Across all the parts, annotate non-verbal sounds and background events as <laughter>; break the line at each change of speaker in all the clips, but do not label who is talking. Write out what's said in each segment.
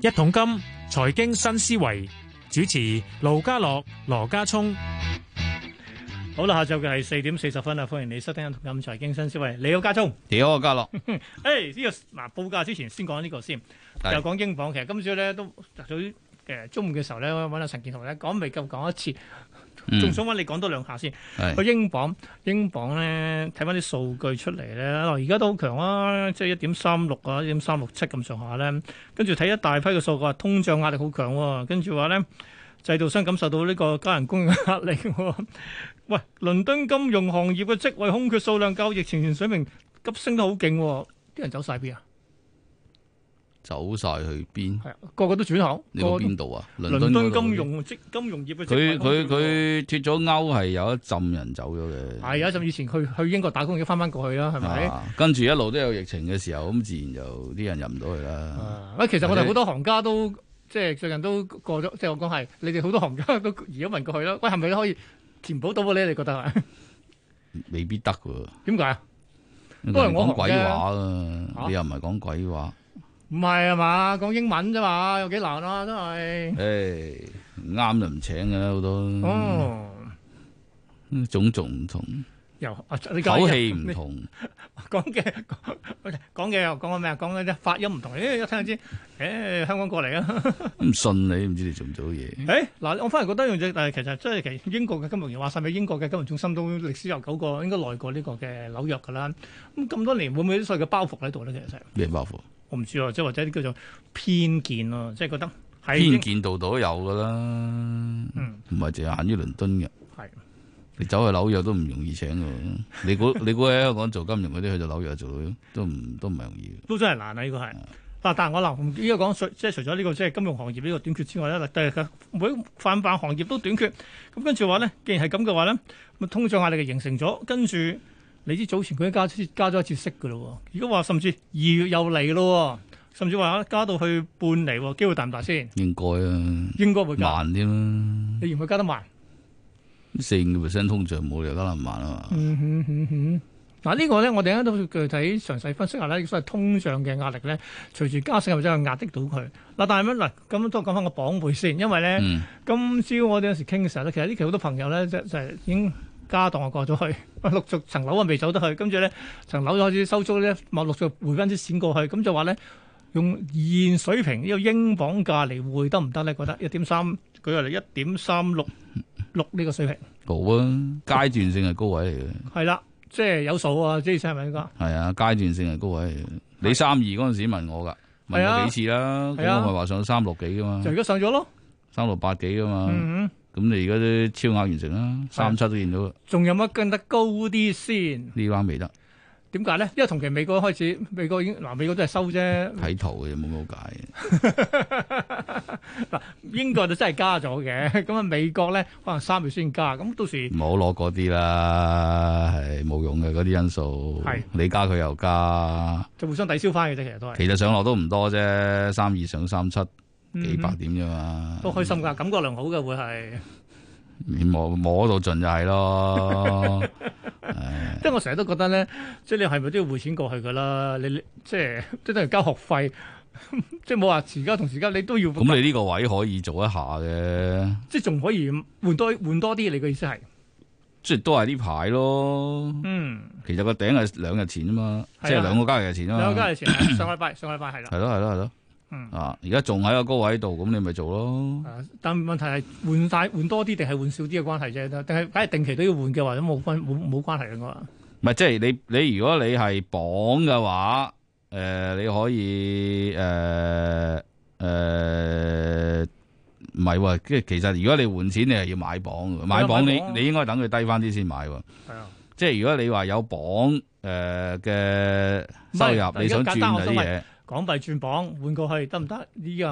一桶金財經新思維主持盧家樂、羅家聰。
好啦，下晝嘅係四點四十分啊！歡迎你收聽《一桶金財經新思維》，你好家聰。
屌啊，
<laughs>
家樂，
誒呢個嗱報價之前先講呢個先，就
係
講英鎊。其實今朝咧都早誒中午嘅時候咧，揾阿陳建豪咧講未夠講一次，仲
嗯
想揾你講多兩下先。個
係
英鎊，英鎊咧睇翻啲數據出嚟咧，嗱而家都好強啊，即係一點三六啊，一點三六七咁上下咧。跟住睇一大批嘅數據，話通脹壓力好強喎，跟住話咧制度商感受到呢個加人工嘅壓力喎。 <laughs> 喂，倫敦金融行業嘅職位空缺數量較疫情前水平急升得好勁喎，啲人走晒邊啊？
走晒去邊？
係啊，個個都轉行，
你
個
講
個都
邊度啊？
倫敦
嗰度
金融職金融業嘅職
佢
位
佢
空缺喎
佢脱咗歐係有一浸人走咗嘅，
係啊，甚至以前去去英國打工已經翻翻過去啦，係咪？
啊跟住一路都有疫情嘅時候，咁自然就啲人入唔到去啦。
啊喂，其實我
或
哋
者
好多行家都即係最近都過咗，即係我講係你哋好多行家都 <laughs> 移咗民過去啦。喂，係咪都可以填補到嘅咧？你覺得係 <laughs>
未必得喎，
點解啊？
你
都係我
講
行
鬼
啫
話
嚇
啊！你又唔係講鬼話，
唔係啊嘛，講英文啫嘛，有幾難啊，都係。
誒啱就唔請㗎啦，好多
哦，
種族唔同，
由啊你講
口氣唔同，
講嘅 <laughs> 講嘅又講緊咩啊？講緊啲發音唔同，誒一聽就知，誒、香港過嚟啊！
唔信你唔知你做唔做嘢。
誒嗱，我反而覺得一樣嘢，但係其實真係其實英國嘅金融業話晒俾英國嘅金融中心都歷史悠久過，應該耐過呢個嘅紐約㗎啦。咁咁多年會唔會有啲所謂嘅包袱喺度咧？其實係
咩包袱？
我唔知啊喎，即係或者啲叫做偏見咯，即係覺得係
偏
英
見度度都有㗎啦。
嗯
唔係淨係限於倫敦嘅，
係
你走去紐約都唔容易請嘅。
<laughs>
你估你估喺香港做金融嗰啲去到紐約做都唔都唔係容易嘅。
都真係難啊！呢個係嗱，但係我嗱依家講除即係除咗呢個即係金融行業呢個短缺之外咧，嗱，第係每泛泛行業都短缺。咁跟住話咧，既然係咁嘅話咧，咁通脹壓力就形成咗，跟住你知早前佢已經加加咗一次息嘅咯喎，如果話甚至二月又嚟咯喎，甚至話加到去半釐喎，機會大唔大先？
應該啊，
應該會加，
慢啲啦，
你嫌佢加得慢？
四五個 percent 通脹冇理由加得慢啊嘛。
嗯哼哼哼，嗱呢個咧，我哋咧都具體詳細分析下咧，所謂通脹嘅壓力咧，隨住加息係咪真係壓得到佢？嗱，但係咧嗱，咁都講翻個磅匯先，因為咧、
嗯，
今朝我哋有時傾嘅時候咧，其實呢期好多朋友咧就就係已經家當啊過咗去， <laughs> 陸續層樓啊未走得去，跟住咧層樓開始收租咧，咪陸續回翻啲錢過去，咁就話咧用現水平呢個英鎊價嚟匯得唔得咧？覺得一點三，舉個例一點三六六呢個水平
好啊，階段性係高位嚟嘅，
係啦，即係有數啊，即係係咪應該？
係啊，階段性係高位嚟嘅。你三二嗰陣時問我㗎，
係
問
啊
我幾次啦，咁
係啊
我咪話上三六幾㗎嘛
就，而家上咗咯，
三六八幾㗎嘛，
嗯
咁你而家都超額完成啦，三七都見到啦，
哼，仲有乜更得高啲先？
呢 round 未得，
點解咧？因為同期美國開始，美國已經嗱，美國都係收啫，
睇圖嘅冇乜好解嘅。
英國就真係加咗嘅， <laughs> 咁啊美國咧可能三月先加，咁到時
唔好攞嗰啲啦，係冇用嘅嗰啲因素
係。
你加佢又加，
就互相抵消翻嘅啫，其實都係
其實上落都唔多啫，三二上三七幾百
嗯
點啫嘛。
都開心㗎，感覺良好嘅會係，
你摸摸到盡就係
<laughs>
咯。
即係我成日都覺得咧，即係你係咪都要匯錢過去㗎啦？你你即係即係等於交學費， <laughs> 即係冇話而家同時間你都要，
咁你呢個位可以做一下嘅，
即係仲可以換多換多啲，你嘅意思係？
即係都係呢排咯。
嗯，
其實個頂係兩日前啫嘛，
係啊
即係兩個交易日前啊
兩個
嘛。
交易前係上個禮拜上個禮拜係啦。
係咯係咯係咯
嗯。
啊！而家仲喺個高位度，咁你咪做咯。
啊但問題係換晒換多啲定係換少啲嘅關係啫，定係梗係定期都要換嘅話，咁冇關冇冇關係嘅話，
唔係，即係你你如果你係榜嘅話，誒、你可以誒誒唔係喎，即係其實如果你換錢，你係要買榜嘅，買榜
買
你
磅啊
你應該等佢低翻啲先買喎。
係啊，
即係如果你話有榜誒嘅
唔係
收入，你想
而家簡單
轉
我
嗰
想
啲嘢，
港幣轉磅換過去得唔得？呢個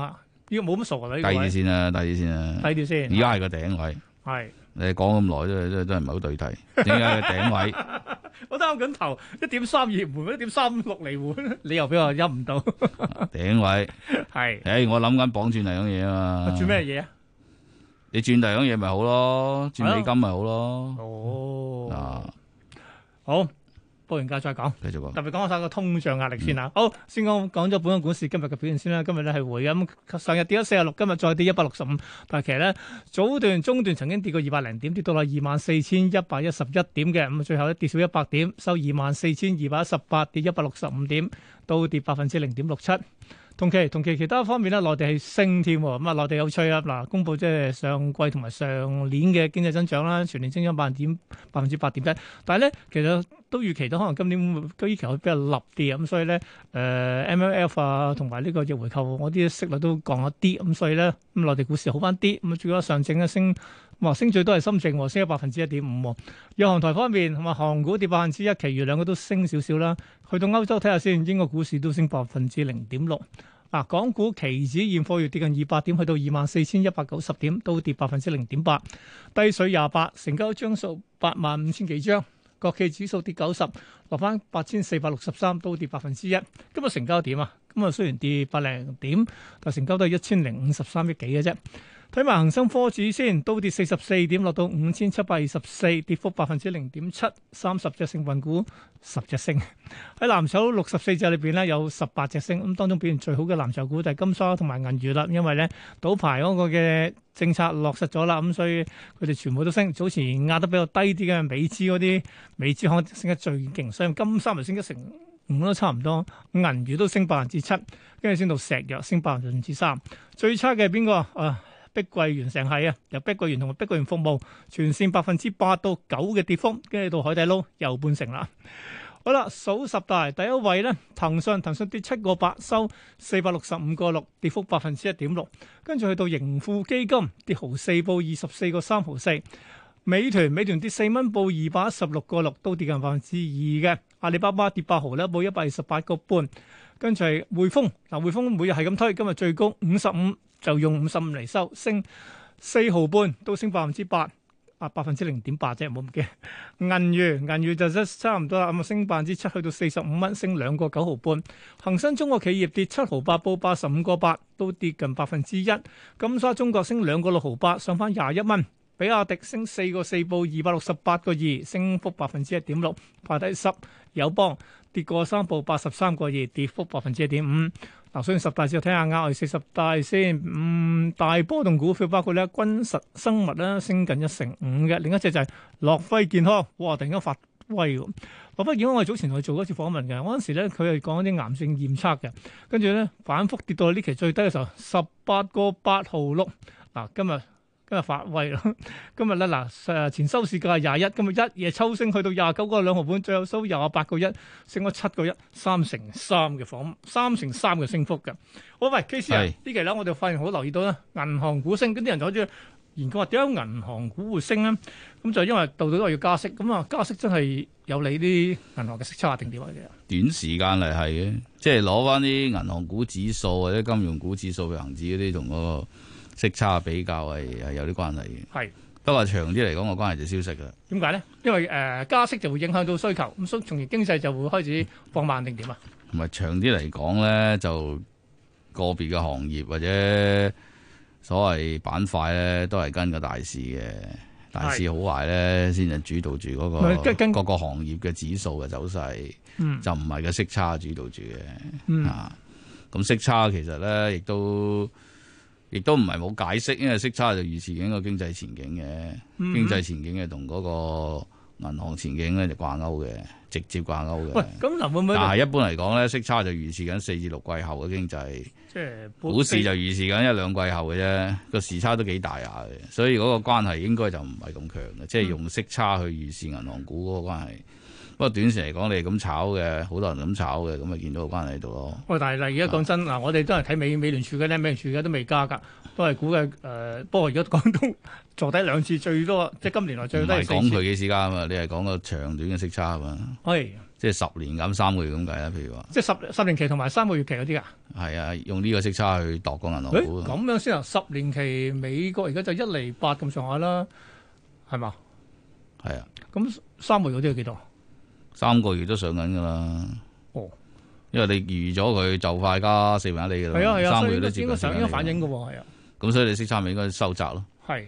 呢個冇乜傻嘅呢
低
個
啲
位，
先啦，低啲先啦。
低啲先。
而家係個頂位，
係，
你講咁耐都都都係唔係好對題？點解個頂位？ <laughs>
我擔緊頭一點三二換，一點三六嚟換， <laughs> 你又俾我陰唔到，
頂位？
係
誒、我諗緊榜轉第二樣嘢啊嘛。
轉咩嘢啊？
你轉第二樣嘢咪好咯，轉美金咪好咯。
哦，
啊，
好，報完價再講。
繼續講。
特別講下個通脹壓力先啊！好，先講講咗本港股市今日嘅表現先啦。今日咧係回嘅，咁上日跌咗四十六，今日再跌一百六十五。但係其實咧，早段、中段曾經跌過二百零點，跌到落二萬四千一百一十一點嘅。咁啊最後咧跌少一百點，收二萬四千二百一十八，跌一百六十五點，都跌百分之零點六七。同期同期其他方面咧，內地係升添喎，咁啊內地有趣啦，嗱公佈即係上季同埋上年嘅經濟增長啦，全年增長百分點百分之八點一，但係咧其實都預期到可能今年會都依期會比較立啲咁，所以咧誒、呃、MLF 啊同埋呢個逆回購我啲息率都降咗啲，咁所以咧咁內地股市好翻啲，咁最多上證咧升，哇升最多係深證喎，升咗百分之一點五喎。日韓台方面，同埋韓股跌百分之一，其餘兩個都升少少啦。去到歐洲睇下先，英國股市都升百分之零點六。嗱，港股期指現貨月跌近二百點，去到二萬四千一百九十點，都跌百分之零點八，低水廿八，成交張數八萬五千幾張。國企指數跌九十，落翻八千四百六十三，都跌百分之一。今日成交點啊，今日雖然跌百零點，但成交都係一千零五十三億幾嘅啫。睇埋恒生科指先，都跌四十四點，落到五千七百二十四，跌幅百分之零點七。三十隻成分股，十隻升。喺藍籌六十四隻裏邊咧，有十八隻升。咁當中表現最好嘅藍籌股就係金沙同埋銀娛啦，因為咧賭牌嗰個嘅政策落實咗啦，咁所以佢哋全部都升。早前壓得比較低啲嘅美資嗰啲，美資行升得最勁，所以金沙咪升一成五都差唔多，銀娛都升百分之七，跟住先到石藥升百分之三。最差嘅係邊個啊？碧桂園成係啊，由碧桂園同埋碧桂園服務全線百分之八到九嘅跌幅，跟住到海底撈又半成啦。好啦，數十大第一位咧，騰訊騰訊跌七個八，收四百六十五個六，跌幅百分之一點六。跟住去到盈富基金跌毫四，報二十四個三毫四。美團美團跌四蚊，報二百一十六個六，都跌近百分之二嘅。阿里巴巴跌八毫咧，報一百二十八個半。跟住係匯豐，嗱匯豐每日係咁推，今日最高五十五。就用五十五嚟收，升四毫半，都升百分之八，啊百分之零點八啫，唔好唔記。銀娛銀娛就真差唔多啦，咁啊升百分之七，去到四十五蚊，升兩個九毫半。恒生中國企業跌七毫八，報八十五個八，都跌近百分之一。金沙中國升兩個六毫八，上返廿一蚊。比亞迪升四個四，報二百六十八個二，升幅百分之一點六，排第十。友邦跌過三，報八十三個二，跌幅百分之一點五。嗱，雖然十大之後睇下額外四十大先，嗯，大波動股票包括咧君實生物啦，升近一成五嘅，另一隻就係樂輝健康，哇！突然間發威喎，樂輝健康我哋早前去做過一次訪問嘅，嗰陣時咧佢係講啲癌症驗測嘅，跟住咧反覆跌到呢期最低嘅時候十八個八毫六，嗱今日。今日發威啦！ <laughs> 今日咧嗱，誒前收市價係廿一，今日一夜抽升去到廿九個兩毫半，最後收廿八個一，升咗七個一，三成三嘅房，三成三嘅升幅嘅。好喂，K 師啊，
係
呢期咧我哋發現好留意到咧，銀行股升，跟啲人就好似研究話點解銀行股會升咧？咁就因為到到都要加息，咁啊加息真係有你啲銀行嘅息差定點啊？
短時間嚟係嘅，即係攞翻啲銀行股指數或者金融股指數嘅恒指嗰啲同嗰個息差比較係係有啲關係嘅。
係
不過長啲嚟講，個關係就消息啦。
點解咧？因為誒、呃加息就會影響到需求，咁所以從而經濟就會開始放慢定點啊？
同埋長啲嚟講咧，就個別嘅行業或者所謂板塊咧，都係跟個大市嘅。大市好壞咧，先至主導住嗰、
唔係
個
跟跟
各個行業嘅指數嘅走勢，
嗯
就唔係個息差主導住嘅。
嗯。
啊，咁息差其實咧，亦都亦都唔係冇解釋，因為息差就預示緊個經濟前景嘅，
嗯
經濟前景嘅同嗰個銀行前景咧就掛鈎嘅，直接掛鈎
喂
嘅。，
咁嗱會唔會
但係一般嚟講咧，息差就預示緊四至六季後嘅經濟，
即係保
股市就預示緊一兩季後嘅啫，個時差都幾大下嘅，所以嗰個關係應該就唔係咁強嘅，
嗯
即係用息差去預示銀行股嗰個關係。不過短時嚟講，你咁炒嘅，好多人咁炒嘅，咁咪見到個關係喺度咯。
喂，但係嗱，而家講真
啊
嗱，我哋都係睇美美聯儲嘅咧，美聯儲而家都未加㗎，都係估計誒、呃不過而家廣東 <laughs> 坐低兩次，最多即係今年來最
唔
低係
係
四
講
次
佢幾時加啊嘛，你係講個長短嘅息差啊嘛，
係
即係十年減三個月咁計啦。譬如話，
即係十十年期同埋三個月期嗰啲㗎。
係啊，用呢個息差去度個銀行
誒
股啊，
咁樣先啊，十年期美國而家就一厘八咁上下啦，係嘛？
係啊，
咁三個月嗰啲係幾多？
三個月都上緊㗎啦。
哦，
因為你預咗佢就快加四分一厘㗎啦，
係啊係啊，
三
所
個
以
月
應
都
該
接
應
近
該
四
上
分
應
一
該
厘
反映
㗎
㗎喎，係啊，
咁所以你息差咪應該收窄咯，
係。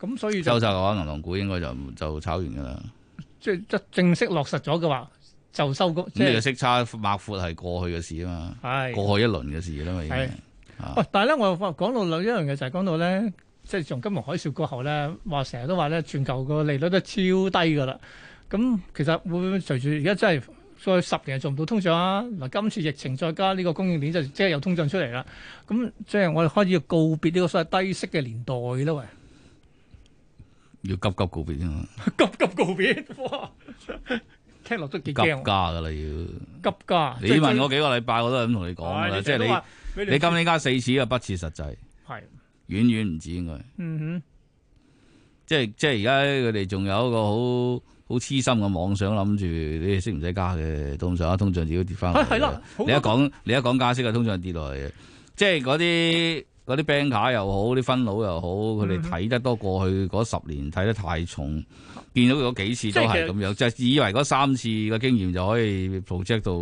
咁所以就
收窄嘅話，銀行股應該就就炒完㗎啦。
即係一正式落實咗嘅話，就收工，即
咁你個
係
息差擘闊係過去嘅事啊嘛，
係。
過去一輪嘅事啦嘛，已經
係
啊
喂，但係咧，我又發講到另一樣嘢就係講到咧，即係從金融海嘯過後咧，話成日都話咧，全球個利率都超低㗎啦。咁其實會唔會隨住而家真係再十年係做唔到通脹啊？嗱，今次疫情再加呢個供應鏈就即係有通脹出嚟啦。咁即係我哋開始要告別呢個所謂低息嘅年代啦，喂！ <laughs>
要急急告別啊嘛，
急急告別，哇！ <laughs> 聽落都幾
急
驚啊
加
喎，
噶啦要。
急㗎。
你問我幾個禮拜，我都係咁同你講噶啦，即
成日都
係
話
你
美
你
聯儲
今年加四次嘅不切實際，
係
遠遠唔止應該。
嗯哼
即係即係而家佢哋仲有一個好好痴心嘅妄想，諗住你哋識唔使加嘅，到咁上下通脹自己都跌翻落
啊係
嚟
啦
嘅。
好多
哦你一講你一講加息嘅啊通脹跌落嚟嘅，即係嗰啲嗰啲 bank 卡又好，啲分佬又好，佢
嗯
哋睇得多過去嗰十年睇得太重，見到佢嗰幾次都係咁樣，就係以為嗰三次嘅經驗就可以 project 到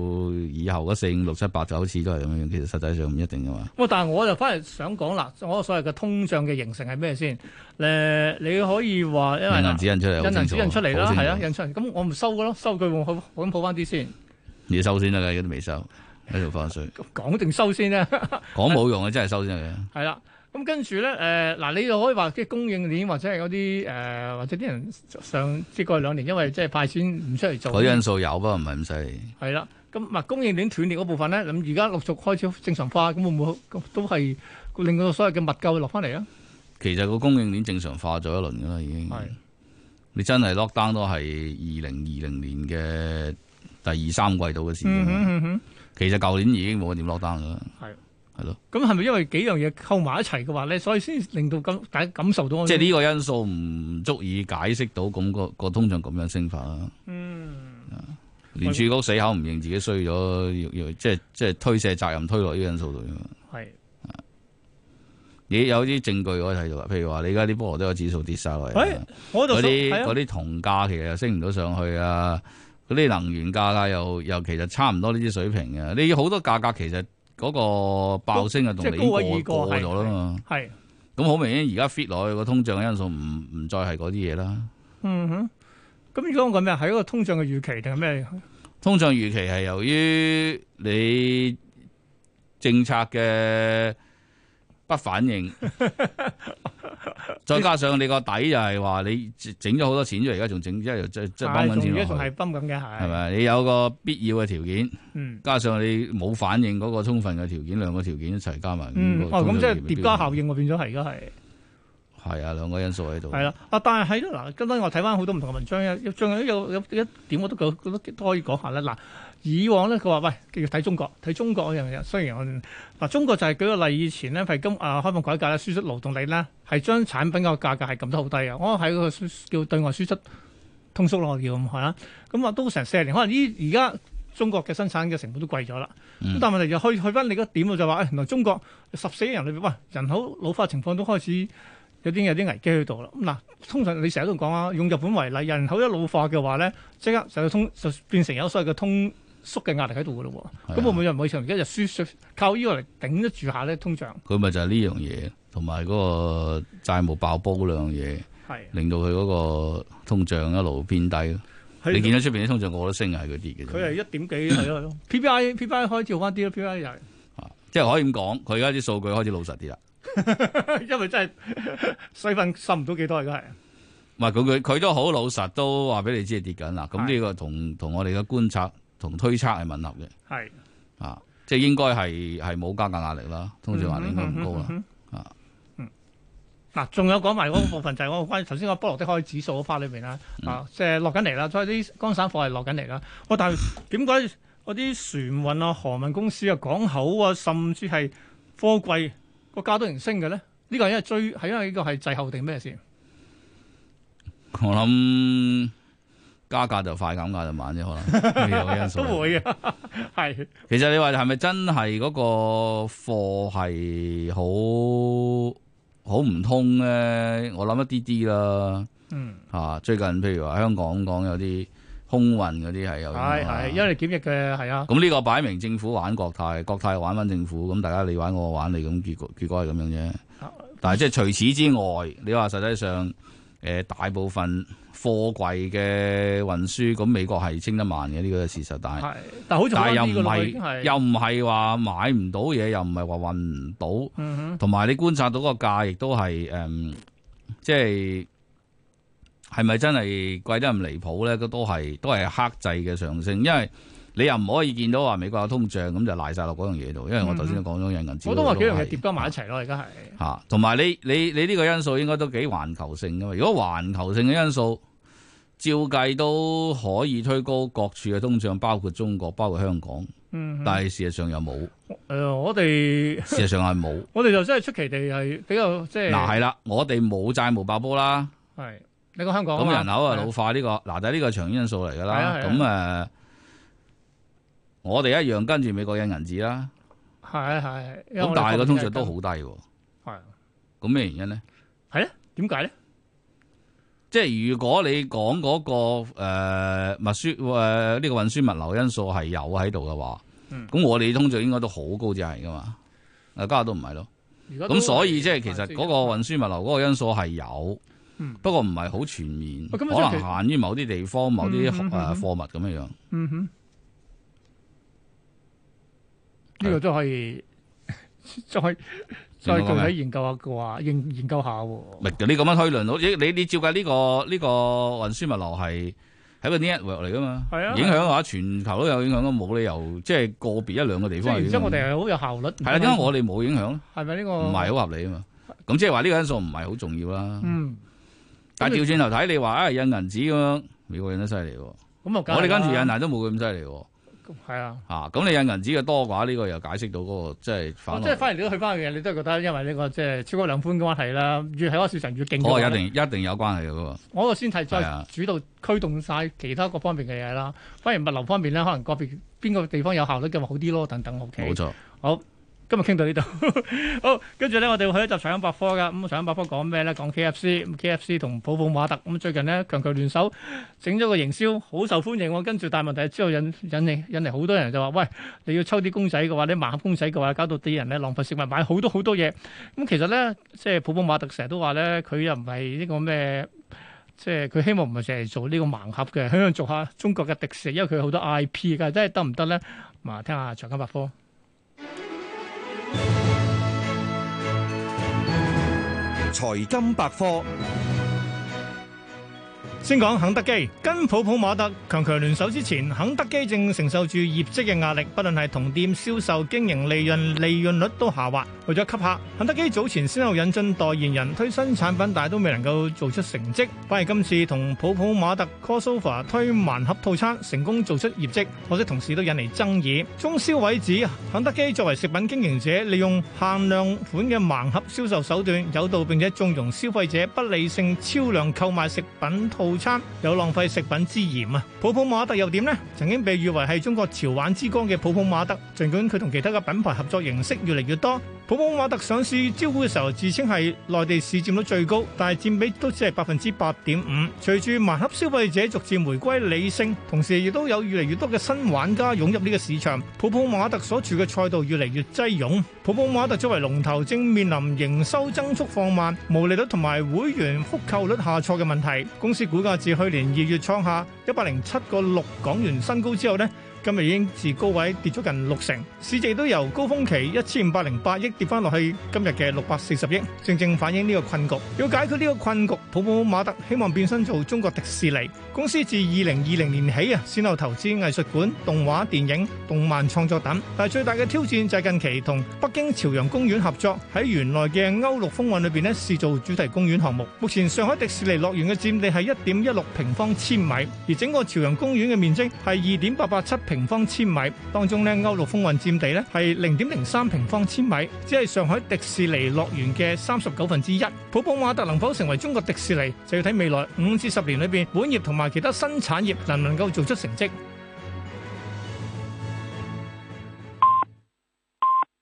以後嗰四五六七八九次都係咁樣，其實實際上唔一定噶嘛。
喂，但係我就翻嚟想講啦，我所謂嘅通脹嘅形成係咩先？誒、你可以話因為
銀行指引出嚟，好
印銀
清楚
指引出嚟啦，
好清
係
楚
啊，印出嚟。咁我唔收㗎咯，收佢我好好咁抱翻啲先，
你收先得㗎，而家都未收，喺度放水。
講定收先啦，
講冇用嘅，啊真係收先嘅。
<laughs> 係啦。咁跟住咧，誒、嗱，你又可以話即係供應鏈或者係嗰啲誒，或者啲人上即係過去兩年，因為即係派錢唔出嚟做，
嗰啲因素有，不過唔係咁犀。
係啦，咁嗱供應鏈斷裂嗰部分咧，咁而家陸續開始正常化，咁會唔會咁都係令到所有嘅物價會落翻嚟啊？
其實個供應鏈正常化咗一輪噶啦，已經。
係
你真係 lock down 都係二零二零年嘅第二三季度嘅事㗎
嗯
嘛。
哼嗯哼，
其實舊年已經冇點 lock down 噶啦，
係。
係咯。
咁係咪因為幾樣嘢扣埋一齊嘅話咧，所以先令到咁大家感受到我
即係呢個因素唔足以解釋到咁個個通脹咁樣升法啦。啊
嗯
聯儲局死口唔認自己衰咗，要要即係即係推卸責任推落呢個因素度㗎嘛。
係
你有啲證據我睇到啊，譬如話你而家啲菠蘿都有指數跌晒落嚟
喂
啊。
我度
嗰啲
係
嗰
啊
啲銅價其實又升唔到上去啊，嗰啲能源價格又又其實差唔多呢啲水平嘅，你好多價格其實嗰個爆升嘅動
即
力
係高位
已經
已
過
過
過
係
咗啦嘛，
係
咁好明顯而家 fit 落去個通脹嘅因素唔唔再係嗰啲嘢啦，
嗯哼。咁如果我講咩係一個通脹嘅預期定係咩？
通脹預期係由於你政策嘅不反
<laughs>
應，再加上你個底就係話你整咗好多錢出嚟，而家仲整即係即係即係
唉
幫緊
仲而
錢落
家
去
仲係崩緊嘅係
係？咪？你有個必要嘅條件，
嗯
加上你冇反應嗰個充分嘅條件，兩個條件一齊加埋。
嗯
個
哦，咁
通
即
脹
係
變
疊加效應喎，變咗係而家係。
係啊，兩個因素喺度。
係啦，啊，但係係啦，嗱，今日我睇翻好多唔同嘅文章，有仲有有有有一點我都覺覺得都可以講下咧。嗱，以往咧佢話喂，要睇中國，睇中國嗰樣嘢。雖然我哋嗱中國就係舉個例，以前咧係今啊開放改革咧，輸出勞動力咧係將產品個價格係撳得好低嘅，我係個輸叫對外輸出通縮咯，我叫咁係啦。咁啊都成四十年，可能依而家中國嘅生產嘅成本都貴咗啦。
嗯
咁但係問題就去去翻你嗰點喎就話，哎原來中國十四億人裏邊，喂人口老化情況都開始有啲有啲危機喺度啦。咁嗱，通常你成日都講啊，用日本為例，人口一老化嘅話咧，即刻就通就變成有所謂嘅通縮嘅壓力喺度噶咯
係啊
喎。咁會唔會又唔會從而家就輸出靠呢個嚟頂得住下咧通脹？
佢咪就係呢樣嘢，同埋嗰個債務爆煲兩樣嘢，
係
令到佢嗰個通脹一路偏低咯。你見到出邊啲通脹個個都升，係佢跌嘅啫。
佢係一點幾係咯，PPI PPI 開始好翻啲咯，PPI 又 <laughs> 係。
啊即係可以咁講，佢而家啲數據開始老實啲啦。
因為真係 <laughs> 水分滲唔到幾多而家係，
唔係佢佢佢都好老實，都話俾你知係跌緊啦。咁
係
呢個同同我哋嘅觀察同推測係吻合嘅。
係
啊，即係應該係係冇加價壓力啦，通脹壓力應該唔高啦。
嗯哼
啊。
嗯嗱，仲有講埋嗰個部分就係我關於頭先個波羅的海指數嗰 part 裏邊啦，
嗯
啊，即係落緊嚟啦，所以啲乾散貨係落緊嚟啦。我但係點解嗰啲船運啊、航運公司啊、港口啊，甚至係貨櫃個價都唔升嘅咧？呢個係因為追係因為呢個係滯後定咩先？
我諗加價就快，減價就慢啫，
<laughs>
可能有個因素
都。會
<laughs>
嘅，係
其實你話係咪真係嗰個貨係好好唔通咧？我諗一啲啲啦。
嗯，
啊，最近譬如話香港講有啲空運嗰啲係有影響啊啦
係係，因為檢疫嘅係啊，
咁呢個擺明政府玩國泰，國泰玩翻政府，咁大家你玩我我玩你，咁結果結果係咁樣啫
啊。
但係即係除此之外，你話實際上誒大部分貨櫃嘅運輸，咁美國係清得慢嘅呢個係事實，但係
係，但係好重
<laughs> 但係
要
又
呢個
唔
咯喎已經
係
係，
又唔係話買唔到嘢，又唔係話運唔到，
嗯哼，
同埋你觀察到個價，亦都係誒、嗯即係係咪真係貴得咁離譜咧？都係都係克制嘅上升，因為你又唔可以見到話美國有通脹咁就賴晒落嗰樣嘢度，因為我頭先都講咗印銀紙，
嗯我都話幾樣嘢
係
疊加埋一齊咯，而家係
嚇，同埋你你你呢個因素應該都幾環球性噶嘛？如果環球性嘅因素，照計都可以推高各處嘅通脹，包括中國，包括香港，
嗯哼，
但係事實上又冇，
誒我哋。
事實
<laughs>
上係冇。
我哋就真係出奇地係比較即係
嗱係啦，我哋冇債務爆煲啦，
係你講香港
咁人口
係
啊老化呢個，嗱但係呢個係長遠因素嚟㗎
係啊
啦，
係啊
咁誒。我哋一樣跟住美國印銀紙啦，
係係因為
咁
我哋
但係個通脹都好
國
低喎，
家係
咁咩原因呢？
點解咧？
即係如果你講嗰、個誒物輸誒呢個運輸物流因素係有喺度嘅話，
嗯
咁、我哋通脹應該都好高至係噶嘛，誒加拿大都唔係咯，
而家都
咁所以
係
即係其實嗰個
係
運輸物流嗰個因素係有，
嗯
不過唔係好全面，
啊
可
咁啊即係其
能限於某啲地方、某啲
嗯嗯
誒
嗯嗯
貨物咁樣樣。
嗯哼，呢個都可以 <laughs> 再再
明白
具
咩
體研究下嘅話，研研究下喎。
咪你咁樣推論到，你你你照計呢、個呢、個運輸物流係係一個 network 嚟噶嘛？
係啊
影響嘅話，全球都有影響，咁冇理由即係個別一兩個地
即
方
係
係
然
影
之後，我哋
響。
係嗯哦好有效率。
係啦，點解我哋冇影響咧？
係咪呢個
唔係好合理啊嘛。咁即係話呢個因素唔係好重要啦。
嗯
但係調轉頭睇，你話啊印銀紙咁樣，美國印得犀利喎，我
咁啊？
哋跟住印但都冇佢咁犀利喎。
係啊。
啊，咁你印銀紙嘅多嘅話，呢、個又解釋到嗰、個即係
我
反
哦即係
落。
翻嚟你都去翻去嘅，你都係覺得因為呢個即係超過量寬嘅關係啦，越喺個市場越勁嘅
哦，
話咧。
一定一定有關係嘅喎。
我個先係
係
再
啊
主導驅動晒其他各方面嘅嘢啦。反而物流方面咧，可能個別邊個地方有效率嘅咪好啲咯，等等。O K，
冇錯。
今日傾到呢度。 <laughs> 好，跟住咧，我哋會去一集財經百科噶。咁財經百科講咩咧？講 K F C，K F C 同普普馬特。咁最近咧強強聯手整咗個營銷，好受歡迎喎。跟住但係問題之後引引嚟引嚟好多人就話：喂，你要抽啲公仔嘅話，你盲盒公仔嘅話，搞到啲人咧浪費食物，買好多好多嘢。咁其實咧，即係普普馬特成日都話咧，佢又唔係呢個咩？即係佢希望唔係成日做呢個盲盒嘅，希望做下中國嘅迪士尼，因為佢有好多 I P 㗎，真係得唔得咧？咁啊，聽下財經百科。
財金百科。
先講肯德基，跟普普馬特強強聯手之前，肯德基正承受住業績嘅壓力，不論係同店銷售、經營利潤、利潤率都下滑。為咗吸客，肯德基早前先後引進代言人推新產品，但係都未能夠做出成績。反而今次同普普馬特 crossover 推盲盒套餐，成功做出業績，可惜同時都引嚟爭議。中消委指肯德基作為食品經營者，利用限量款嘅盲盒銷售手段，誘導並且縱容消費者不理性超量購買食品套餐，有浪費食品之嫌啊！普普馬特又點呢？曾經被譽為係中國潮玩之光嘅普普馬特，儘管佢同其他嘅品牌合作形式越嚟越多，普普馬特上市招股嘅時候自稱係內地市佔率最高，但係佔比都只係百分之八點五。隨住盲盒消費者逐漸回歸理性，同時亦都有越嚟越多嘅新玩家湧入呢個市場，普普馬特所處嘅賽道越嚟越擠擁。普普馬特作為龍頭，正面臨營收增速放慢、毛利率同埋會員復購率下挫嘅問題。公司股價自去年二月創下一百零七個六港元新高之後呢，今日已經自高位跌咗近六成，市值都由高峰期一千五百零八億跌翻落去今日嘅六百四十億，正正反映呢個困局。要解決呢個困局，普普馬特希望變身做中國迪士尼。公司自二零二零年起啊，先後投資藝術館、動畫、電影、動漫創作等。但係最大嘅挑戰就係近期同北京朝陽公園合作，喺園內嘅歐陸風雲裏邊咧試做主題公園項目。目前上海迪士尼樂園嘅佔地係一點一六平方千米，而整個朝陽公園嘅面積係二點八八七平方千米，當中咧歐陸風雲佔地咧係零點零三平方千米，只係上海迪士尼樂園嘅三十九分之一。普普馬特能否成為中國迪士尼，就要睇未來五至十年裏邊，本業同埋其他新產業能唔能夠做出成績。